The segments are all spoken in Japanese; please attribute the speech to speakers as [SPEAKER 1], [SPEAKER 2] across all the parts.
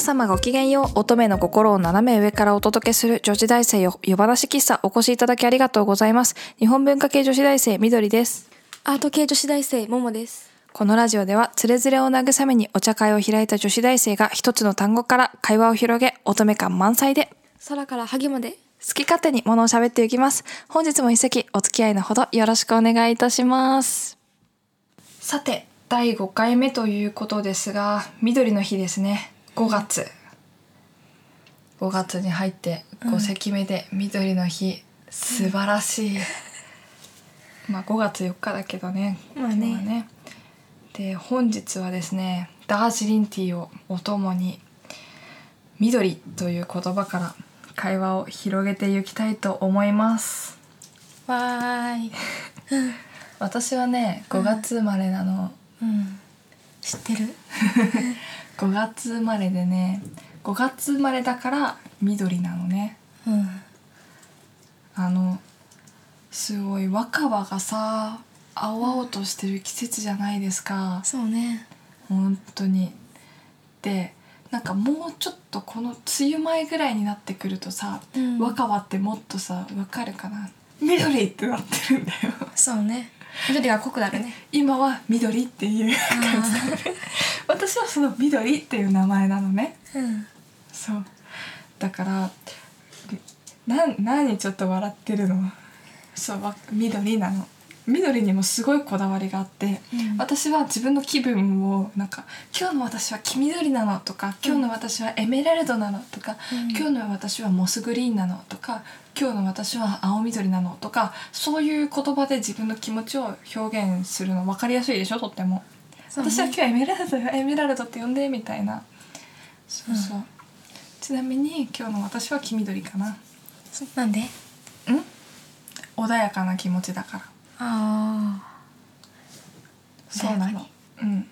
[SPEAKER 1] 様ごきげんよう。乙女の心を斜め上からお届けする女子大生よ、夜話喫茶お越しいただきありがとうございます。日本文化系女子大生みどりです。
[SPEAKER 2] アート系女子大生ももです
[SPEAKER 1] このラジオでは、つれづれを慰めにお茶会を開いた女子大生が一つの単語から会話を広げ、乙女感満載で、
[SPEAKER 2] 空から萩まで
[SPEAKER 1] 好き勝手に物を喋っていきます。本日も一席お付き合いのほどよろしくお願いいたします。さて、第5回目ということですが、緑の日ですね。5月。5月に入って5席目で緑の日、素晴らしい。まあ5月4日だけどね。
[SPEAKER 2] まあね
[SPEAKER 1] 今日はで、本日はですね、ダージリンティーをお供に緑という言葉から会話を広げていきたいと思います
[SPEAKER 2] わーい、
[SPEAKER 1] 私はね5月生まれなの、
[SPEAKER 2] うん、知ってる
[SPEAKER 1] 5月生まれでね5月生まれだから緑なのね
[SPEAKER 2] うん
[SPEAKER 1] あのすごい若葉がさ青々としてる季節じゃないですか
[SPEAKER 2] そうね
[SPEAKER 1] 本当にでなんかもうちょっとこの梅雨前ぐらいになってくるとさ、
[SPEAKER 2] うん
[SPEAKER 1] 若葉ってもっとさわかるかな緑ってなってるんだよ
[SPEAKER 2] そうね緑が濃くなるね
[SPEAKER 1] 今は緑っていう感じだね私はその緑っていう名前なのね
[SPEAKER 2] うん
[SPEAKER 1] そうだからな何ちょっと笑ってるのそうわ緑なの緑にもすごいこだわりがあって、
[SPEAKER 2] うん
[SPEAKER 1] 私は自分の気分をなんか「今日の私は黄緑なの」とか「今日の私はエメラルドなの」とか、
[SPEAKER 2] うん
[SPEAKER 1] 今日の私はモスグリーンなの」とか「今日の私は青緑なの」とかそういう言葉で自分の気持ちを表現するの分かりやすいでしょとっても。
[SPEAKER 2] そうね
[SPEAKER 1] 私は今日エメラルドよエメラルドって呼んでみたいなそうそう、ちなみに今日の私は黄緑かな
[SPEAKER 2] そなんで
[SPEAKER 1] うん穏やかな気持ちだから
[SPEAKER 2] あ
[SPEAKER 1] そうなのうん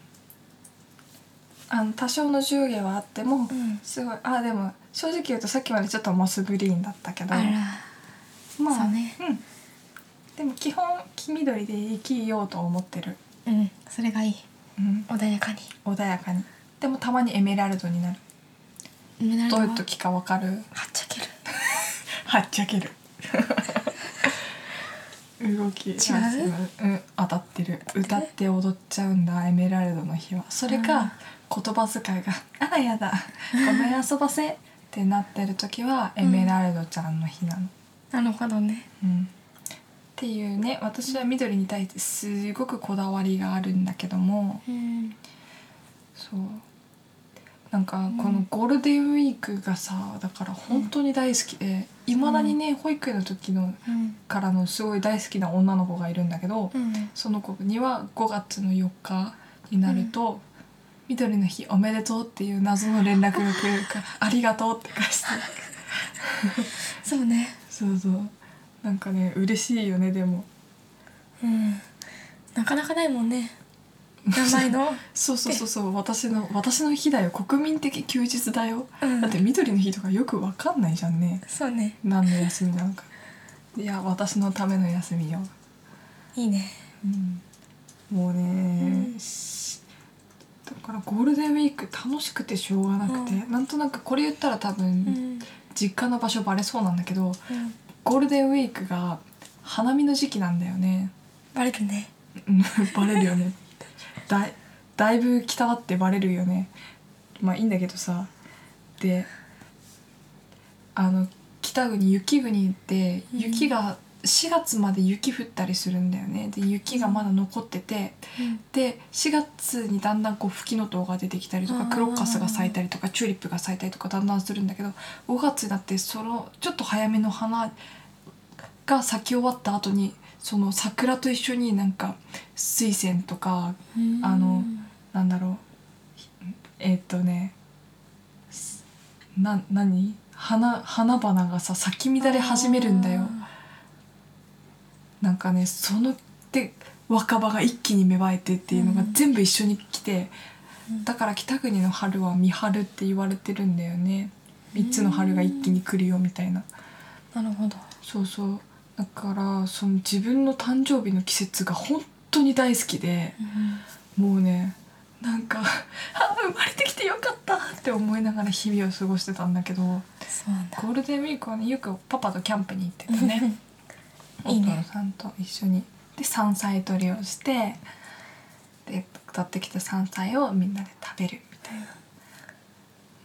[SPEAKER 1] あの多少の上下はあっても、
[SPEAKER 2] うん
[SPEAKER 1] すごいあでも正直言うとさっきまでちょっとモスグリーンだったけど
[SPEAKER 2] あら
[SPEAKER 1] まあ
[SPEAKER 2] そうね
[SPEAKER 1] うんでも基本黄緑で生きようと思ってる、
[SPEAKER 2] うんそれがいい
[SPEAKER 1] うん、
[SPEAKER 2] 穏やかに
[SPEAKER 1] 穏やかにでもたまにエメラルドになる
[SPEAKER 2] メダル
[SPEAKER 1] ど
[SPEAKER 2] は
[SPEAKER 1] ういう時かわかる
[SPEAKER 2] はっちゃける
[SPEAKER 1] はっちゃける動き違ううん、当たってる歌って踊っちゃうんだエメラルドの日はそれか言葉遣いが「あらやだごめん遊ばせ」ってなってる時はエメラルドちゃんの日なの、
[SPEAKER 2] なるほどね
[SPEAKER 1] うんっていうね私は緑に対してすごくこだわりがあるんだけども
[SPEAKER 2] うん
[SPEAKER 1] そうなんかこのゴールデンウィークがさだから本当に大好きでいまだにね保育園の時の
[SPEAKER 2] うん
[SPEAKER 1] からのすごい大好きな女の子がいるんだけど、
[SPEAKER 2] うん
[SPEAKER 1] その子には5月の4日になると「緑の日おめでとう」っていう謎の連絡が来るから 「ありがとう」って返して
[SPEAKER 2] そうね
[SPEAKER 1] そうそうなんかね嬉しいよねでも
[SPEAKER 2] うんなかなかないもん ね名前の
[SPEAKER 1] そうそうそうそう私の私の日だよ国民的休日だよ、
[SPEAKER 2] うん
[SPEAKER 1] だって緑の日とかよくわかんないじゃんね
[SPEAKER 2] そうね
[SPEAKER 1] 何の休みなのかいや私のための休みよ
[SPEAKER 2] いいね
[SPEAKER 1] もうね、しだからゴールデンウィーク楽しくてしょうがなくて、
[SPEAKER 2] う
[SPEAKER 1] なんとなくこれ言ったら多
[SPEAKER 2] う
[SPEAKER 1] 分
[SPEAKER 2] ん
[SPEAKER 1] 実家の場所バレそうなんだけど
[SPEAKER 2] うん
[SPEAKER 1] ゴールデンウィークが花見の時期なんだよね
[SPEAKER 2] バレるね
[SPEAKER 1] バレるよねだいだいぶ北だってバレるよねまあいいんだけどさであの北国雪国って
[SPEAKER 2] うん
[SPEAKER 1] 雪が4月まで雪降ったりするんだよねで雪がまだ残ってて、で4月にだんだんこうフキノトウが出てきたりと
[SPEAKER 2] あ
[SPEAKER 1] か
[SPEAKER 2] ー
[SPEAKER 1] クロッカスが咲いたりとかチューリップが咲いたりとかだんだんするんだけど5月になってそのちょっと早めの花が咲き終わった後にその桜と一緒になんか水仙とか
[SPEAKER 2] うん
[SPEAKER 1] あのなんだろうえーっとねすな何花花々がさ咲き乱れ始めるんだよ。なんかねそので若葉が一気に芽生えてっていうのが
[SPEAKER 2] うん
[SPEAKER 1] 全部一緒に来て、
[SPEAKER 2] うん
[SPEAKER 1] だから北国の春は三春って言われてるんだよね3つの春が一気に来るよみたいな、
[SPEAKER 2] あーなるほど
[SPEAKER 1] そうそうだからその自分の誕生日の季節が本当に大好きで、もうねなんかあ生まれてきてよかったって思いながら日々を過ごしてたんだけどゴ
[SPEAKER 2] そうなんだ
[SPEAKER 1] ールデンウィークはねよくパパとキャンプに行ってたねお
[SPEAKER 2] いいね
[SPEAKER 1] 父さんと一緒にで山菜採りをしてで取ってきた山菜をみんなで食べるみたい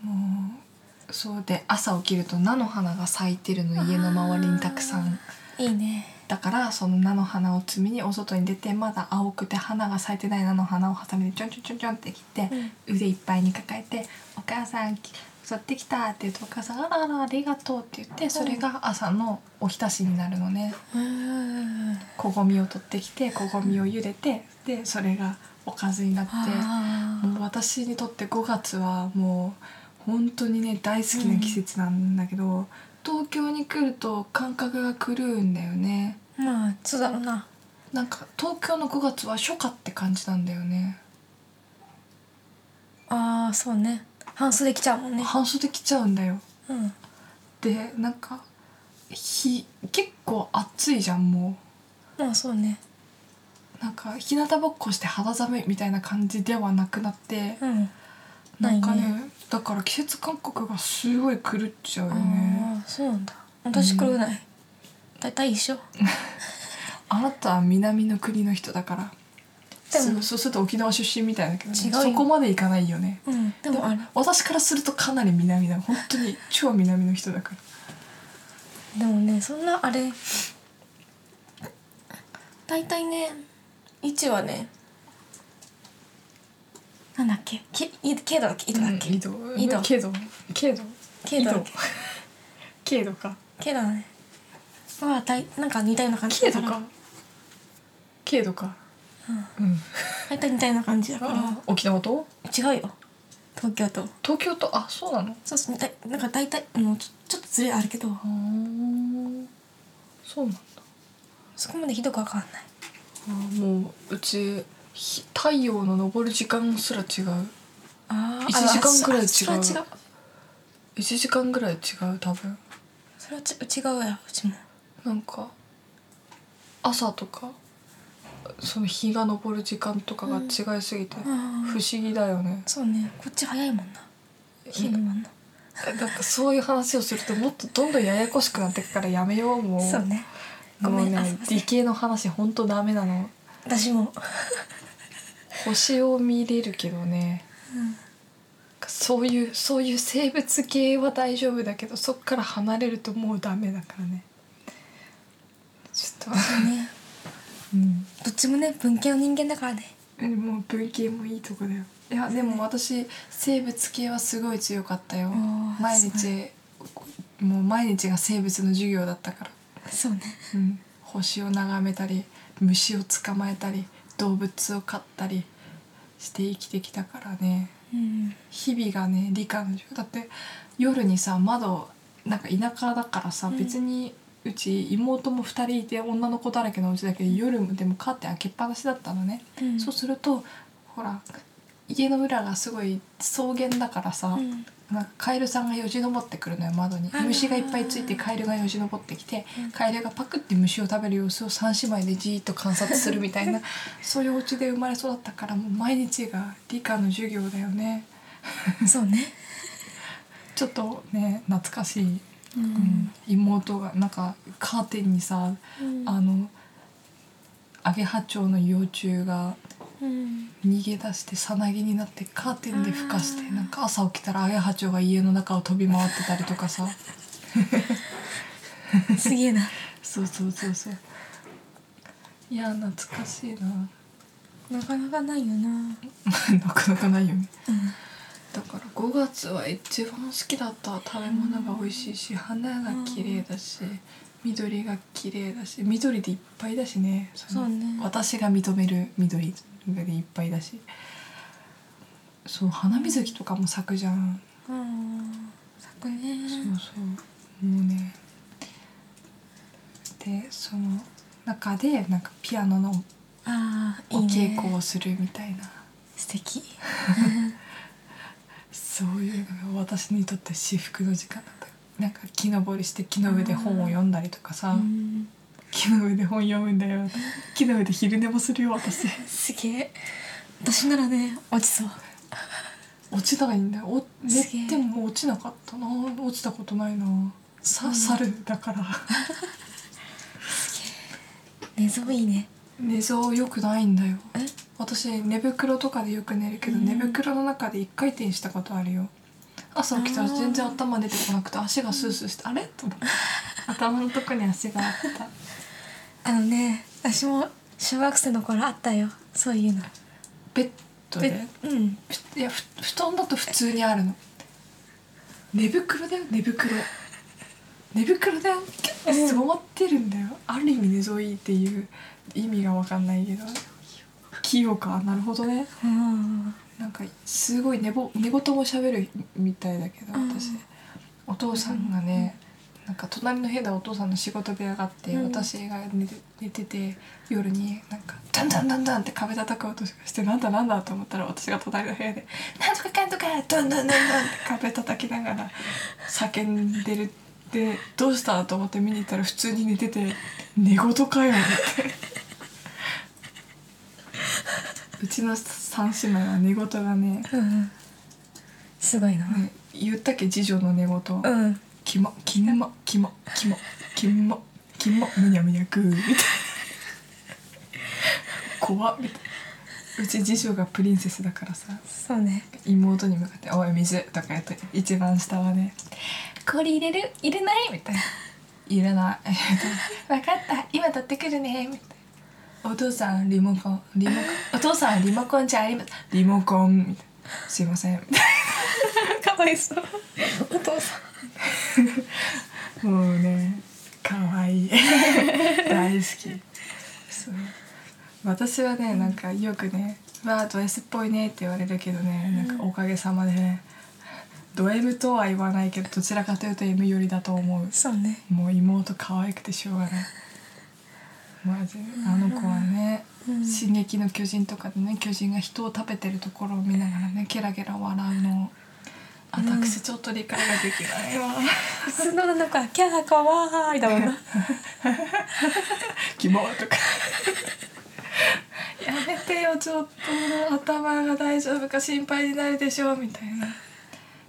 [SPEAKER 1] なもうそうで朝起きると菜の花が咲いてるの家の周りにたくさん
[SPEAKER 2] いいね
[SPEAKER 1] だからその菜の花を摘みにお外に出てまだ青くて花が咲いてない菜の花をハサミでちょんちょんちょんちょんって切って、腕いっぱいに抱えて「お母さんき取ってきた」って言うとお母さんが「あらありがとう」って言ってそれが朝のおひたしになるのね。
[SPEAKER 2] うん
[SPEAKER 1] こごみを取ってきてこごみを茹でてでそれがおかずになって
[SPEAKER 2] あー
[SPEAKER 1] もう私にとって5月はもう本当にね大好きな季節なんだけど、東京に来ると感覚が狂うんだよね
[SPEAKER 2] まあそうだろうな
[SPEAKER 1] なんか東京の5月は初夏って感じなんだよね
[SPEAKER 2] ああそうね半袖着ちゃうもんね
[SPEAKER 1] 半袖着ちゃうんだよ
[SPEAKER 2] うん
[SPEAKER 1] でなんか日結構暑いじゃんも
[SPEAKER 2] まあそうね
[SPEAKER 1] うなんか日向ぼっこして肌寒いみたいな感じではなくなって、
[SPEAKER 2] うん
[SPEAKER 1] なんかね
[SPEAKER 2] ない
[SPEAKER 1] だから季節感覚がすごい狂っちゃうよね
[SPEAKER 2] ああそうなんだ私黒くない大体一緒
[SPEAKER 1] あなたは南の国の人だから
[SPEAKER 2] で
[SPEAKER 1] そ
[SPEAKER 2] も
[SPEAKER 1] うそうすると沖縄出身みたいだけどね、
[SPEAKER 2] 違うよ
[SPEAKER 1] そこまでいかないよね
[SPEAKER 2] うんでもあれ
[SPEAKER 1] 私からするとかなり南だ本当に超南の人だから
[SPEAKER 2] でもねそんなあれ大体ね位置はねなんだっけけいけどだっけ糸だっけ、
[SPEAKER 1] うん井戸
[SPEAKER 2] 井戸
[SPEAKER 1] けどけど
[SPEAKER 2] けどだっ け
[SPEAKER 1] けどか
[SPEAKER 2] けどだねまあ大なんか似たような感じ
[SPEAKER 1] け
[SPEAKER 2] だ
[SPEAKER 1] ど
[SPEAKER 2] から
[SPEAKER 1] かけどかうん
[SPEAKER 2] 大体似たような感じだから
[SPEAKER 1] あ沖縄と
[SPEAKER 2] 違うよ東京と
[SPEAKER 1] 東京とあそうなの
[SPEAKER 2] そうそうだいなんか大体もうちょちょっとずれあるけど
[SPEAKER 1] あーそうなんだ
[SPEAKER 2] そこまでひどくわかんない
[SPEAKER 1] あーもううちひ太陽の昇る時間すら違う
[SPEAKER 2] あ
[SPEAKER 1] ー一時間くらい違う
[SPEAKER 2] それは違う
[SPEAKER 1] 1時間ぐらい違う多分
[SPEAKER 2] それはち違うやうちも
[SPEAKER 1] なんか朝とかその日が昇る時間とかが違いすぎて不
[SPEAKER 2] ああ
[SPEAKER 1] 思議だよね、
[SPEAKER 2] そうねこっち早いもんな昼もんな
[SPEAKER 1] なんかそういう話をするともっとどんどんややこしくなってくからやめようもう
[SPEAKER 2] そうねご
[SPEAKER 1] も
[SPEAKER 2] め
[SPEAKER 1] うん
[SPEAKER 2] あすい
[SPEAKER 1] ね
[SPEAKER 2] ません
[SPEAKER 1] 理系の話ほんとダメなの
[SPEAKER 2] 私も
[SPEAKER 1] 星を見れるけどね、そういうそういう生物系は大丈夫だけどそっから離れるともうダメだからねちょっと、
[SPEAKER 2] ね
[SPEAKER 1] うん
[SPEAKER 2] どっちもね文系の人間だからね
[SPEAKER 1] でも文系もいいとこだよいやでも私生物系はすごい強かったよ
[SPEAKER 2] あー
[SPEAKER 1] 毎日もう毎日が生物の授業だったから、
[SPEAKER 2] そうね
[SPEAKER 1] うん、星を眺めたり虫を捕まえたり動物を飼ったりして生きてきたからね
[SPEAKER 2] うん
[SPEAKER 1] 日々がね理科の授業だって夜にさ窓なんか田舎だからさ、
[SPEAKER 2] うん
[SPEAKER 1] 別にうち妹も2人いて女の子だらけのうちだけど夜もでもカーテン開けっぱなしだったのね、
[SPEAKER 2] うん
[SPEAKER 1] そうするとほら家の裏がすごい草原だからさ、
[SPEAKER 2] うん
[SPEAKER 1] なんかカエルさんがよじ登ってくるのよ窓に
[SPEAKER 2] あらー
[SPEAKER 1] 虫がいっぱいついてカエルがよじ登ってきて、カエルがパクって虫を食べる様子を三姉妹でじーっと観察するみた いなそういうお家で生まれ育ったからもう毎日が理科の授業だよね
[SPEAKER 2] そうね
[SPEAKER 1] ちょっとね懐かしい、
[SPEAKER 2] う
[SPEAKER 1] うん妹がなんかカーテンにさ、
[SPEAKER 2] うん
[SPEAKER 1] あのアゲハチョウの幼虫が
[SPEAKER 2] うん
[SPEAKER 1] 逃げ出してさなぎになってカーテンで孵化して
[SPEAKER 2] あー
[SPEAKER 1] なんか朝起きたらアゲハチョウが家の中を飛び回ってたりとかさ
[SPEAKER 2] すげえな
[SPEAKER 1] そうそうそうそういや懐かしいな
[SPEAKER 2] なかなかないよな
[SPEAKER 1] なかなかないよね、だから5月は一番好きだった食べ物が美味しいし花が綺麗だし緑が綺麗だし緑でいっぱいだしねの
[SPEAKER 2] そうね
[SPEAKER 1] 私が認める緑でいっぱいだしそう花水木とかも咲くじゃん
[SPEAKER 2] うん咲く
[SPEAKER 1] そう
[SPEAKER 2] ね
[SPEAKER 1] そうもうねでその中でなんかピアノの
[SPEAKER 2] ああ
[SPEAKER 1] お
[SPEAKER 2] いい
[SPEAKER 1] 稽
[SPEAKER 2] ね
[SPEAKER 1] 古をするみたいな
[SPEAKER 2] 素敵
[SPEAKER 1] そういうのが私にとって至福の時間だったなんか木登りして木の上で本を読んだりとかさ、
[SPEAKER 2] うん
[SPEAKER 1] 木の上で本読むんだよ木の上で昼寝もするよ私
[SPEAKER 2] すげえ私ならね落ちそう
[SPEAKER 1] 落ちたらいいんだよお
[SPEAKER 2] すげえ
[SPEAKER 1] 寝ても落ちなかったな落ちたことないな
[SPEAKER 2] う
[SPEAKER 1] さ
[SPEAKER 2] ん
[SPEAKER 1] 猿だから
[SPEAKER 2] 寝相いいね
[SPEAKER 1] 寝相良くないんだよ
[SPEAKER 2] え
[SPEAKER 1] 私寝袋とかでよく寝るけど、
[SPEAKER 2] うん
[SPEAKER 1] 寝袋の中で一回転したことあるよ朝起きたら全然頭出てこなくて足がスースーして、あれと思って頭のとこに足があった
[SPEAKER 2] あのね私も小学生の頃あったよそういうの
[SPEAKER 1] ベッドで
[SPEAKER 2] べうん
[SPEAKER 1] ふいやふ布団だと普通にあるの寝袋だよ寝 袋寝袋だよキュッてすごまってるんだよ、ある意味寝相いいっていう意味が分かんないけ ど器用かなるほどね
[SPEAKER 2] うん
[SPEAKER 1] なんかすごい寝ぼ寝言も喋るみたいだけど
[SPEAKER 2] うん
[SPEAKER 1] 私、お父さんがね、なんか隣の部屋でお父さんの仕事部屋があって、
[SPEAKER 2] うん
[SPEAKER 1] 私が寝て寝てて夜になんか「ダンダンダンダン」って壁叩く音がして「なんだなんだ」と思ったら私が隣の部屋で「なんとかかんとかダンダンダンダン」って壁叩きながら叫んでるってどうしたと思って見に行ったら普通に寝てて「寝言かよ」 って。うちの三姉妹は寝言がね、
[SPEAKER 2] うんすごいな
[SPEAKER 1] ね言ったっけ次女の寝言、
[SPEAKER 2] うん
[SPEAKER 1] キモキモキモキモキモキモむにゃむにゃくーみたいな 怖っみたいなうち次女がプリンセスだからさ
[SPEAKER 2] そうね
[SPEAKER 1] 妹に向かって「おい水」とかやって一番下はね「氷入れる入れない?」みたいな「入れ ない」分かった今取ってくるね」みたいな「お父さんリモコンリモコン お父さんリモコンじゃありませんリモコン」みたいな「すいません」みたいな
[SPEAKER 2] かわいそうお父さん
[SPEAKER 1] もうね可愛い大好きそう私はねなんかよくね「わあド S っぽいね」って言われるけどねなんかおかげさまでねド M とは言わないけどどちらかというと M 寄りだと思う
[SPEAKER 2] そうね
[SPEAKER 1] もう妹可愛くてしょうがないマジであの子はね「
[SPEAKER 2] うん
[SPEAKER 1] 進撃の巨人」とかでね巨人が人を食べてるところを見ながらねケラケラ笑うの私ちょっと理解ができないわ。
[SPEAKER 2] 普通のなんかキャーかわーいだもんな
[SPEAKER 1] キモとか やめてよちょっと頭が大丈夫か心配になるでしょうみたいな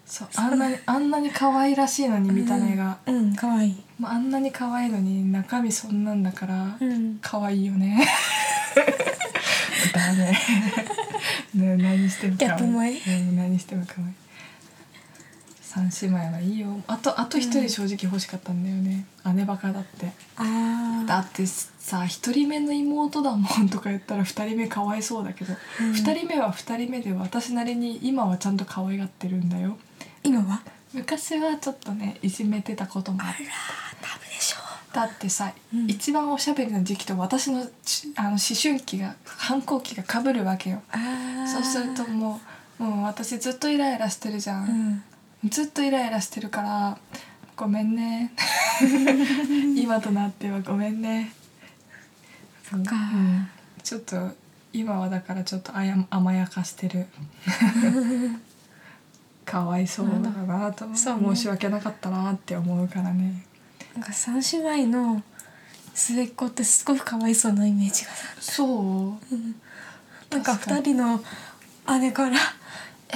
[SPEAKER 1] そうあんなにあんなに可愛らしいのに見た目が、
[SPEAKER 2] うんうんかわいい
[SPEAKER 1] まあ、あんなに可愛いのに中身そんなんだから、
[SPEAKER 2] うん
[SPEAKER 1] 可愛いよね ダ メね何しても可愛い
[SPEAKER 2] ギャップ萌え
[SPEAKER 1] うん何しても可愛い三姉妹はいいよあとあと一人正直欲しかったんだよね、姉バカだって
[SPEAKER 2] あ
[SPEAKER 1] だってさ1人目の妹だもんとか言ったら2人目かわいそうだけど、
[SPEAKER 2] うん
[SPEAKER 1] 2人目は2人目で私なりに今はちゃんと可愛がってるんだよ
[SPEAKER 2] 今は
[SPEAKER 1] 昔はちょっとねいじめてたこともある
[SPEAKER 2] ダメでしょ
[SPEAKER 1] だってさ、
[SPEAKER 2] うん
[SPEAKER 1] 一番おしゃべりの時期と私のちあの思春期が反抗期がかぶるわけよ
[SPEAKER 2] ああ
[SPEAKER 1] そうするともうもう私ずっとイライラしてるじゃ
[SPEAKER 2] う、ん
[SPEAKER 1] ずっとイライラしてるからごめん ね今となってはごめんね
[SPEAKER 2] そっか
[SPEAKER 1] うんちょっと今はだからちょっとあや甘やかして るかわいそうだなと思う
[SPEAKER 2] そうね
[SPEAKER 1] 申し訳なかったなって思うからね
[SPEAKER 2] なんか三姉妹の末っ子ってすごくかわいそうなイメージがさ
[SPEAKER 1] そう
[SPEAKER 2] なんか
[SPEAKER 1] 確か
[SPEAKER 2] 二
[SPEAKER 1] に
[SPEAKER 2] 人の姉から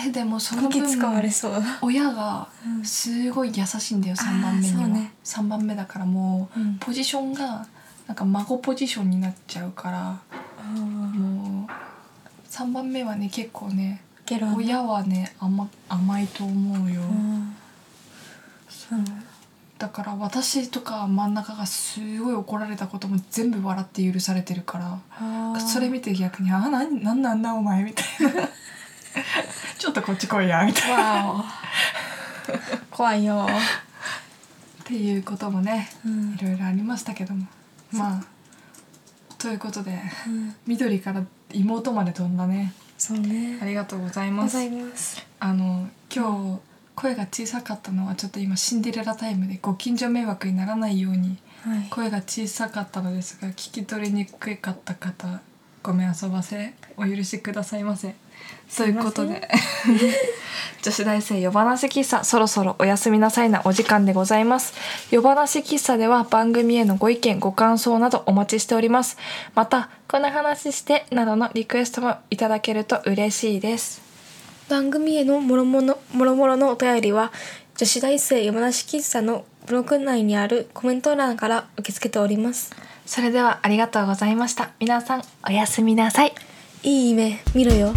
[SPEAKER 1] えでもその
[SPEAKER 2] こき
[SPEAKER 1] 分
[SPEAKER 2] 使われそう
[SPEAKER 1] 親が
[SPEAKER 2] うん
[SPEAKER 1] すごい優しいんだよ、
[SPEAKER 2] あー
[SPEAKER 1] 3番目に
[SPEAKER 2] そ
[SPEAKER 1] は、
[SPEAKER 2] うね
[SPEAKER 1] 3番目だからもう、
[SPEAKER 2] うん
[SPEAKER 1] ポジションがなんか孫ポジションになっちゃうから
[SPEAKER 2] あ
[SPEAKER 1] もう3番目はね結構ね
[SPEAKER 2] ーゲロあ
[SPEAKER 1] 親はね甘甘いと思うよ、
[SPEAKER 2] ーそう
[SPEAKER 1] だから私とか真ん中がすごい怒られたことも全部笑って許されてるか
[SPEAKER 2] あ
[SPEAKER 1] ら
[SPEAKER 2] ー
[SPEAKER 1] それ見て逆に「ああなんなんなんだお前」みたい な「ちょっとこっち来いや」みたいな
[SPEAKER 2] わお怖いよ
[SPEAKER 1] っていうこともね
[SPEAKER 2] うん
[SPEAKER 1] いろいろありましたけどもまあということで
[SPEAKER 2] うん
[SPEAKER 1] 緑から妹まで飛んだね
[SPEAKER 2] そうね
[SPEAKER 1] ありがとうござい
[SPEAKER 2] ご
[SPEAKER 1] ます
[SPEAKER 2] ざいます
[SPEAKER 1] あの今日声が小さかったのはちょっと今シンデレラタイムでご近所迷惑にならないように
[SPEAKER 2] はい
[SPEAKER 1] 声が小さかったのですが聞き取りにくかった方ごめん遊ばせお許しくださいませということで 女子大生夜話喫茶そろそろおやすみなさいなお時間でございます夜話喫茶では番組へのご意見ご感想などお待ちしておりますまたこんな話してなどのリクエストもいただけると嬉しいです
[SPEAKER 2] 番組へのもろもろもろもろのお便りは女子大生山梨喫茶のブログ内にあるコメント欄から受け付けております
[SPEAKER 1] それではありがとうございました皆さんおやすみなさい
[SPEAKER 2] いい夢見ろよ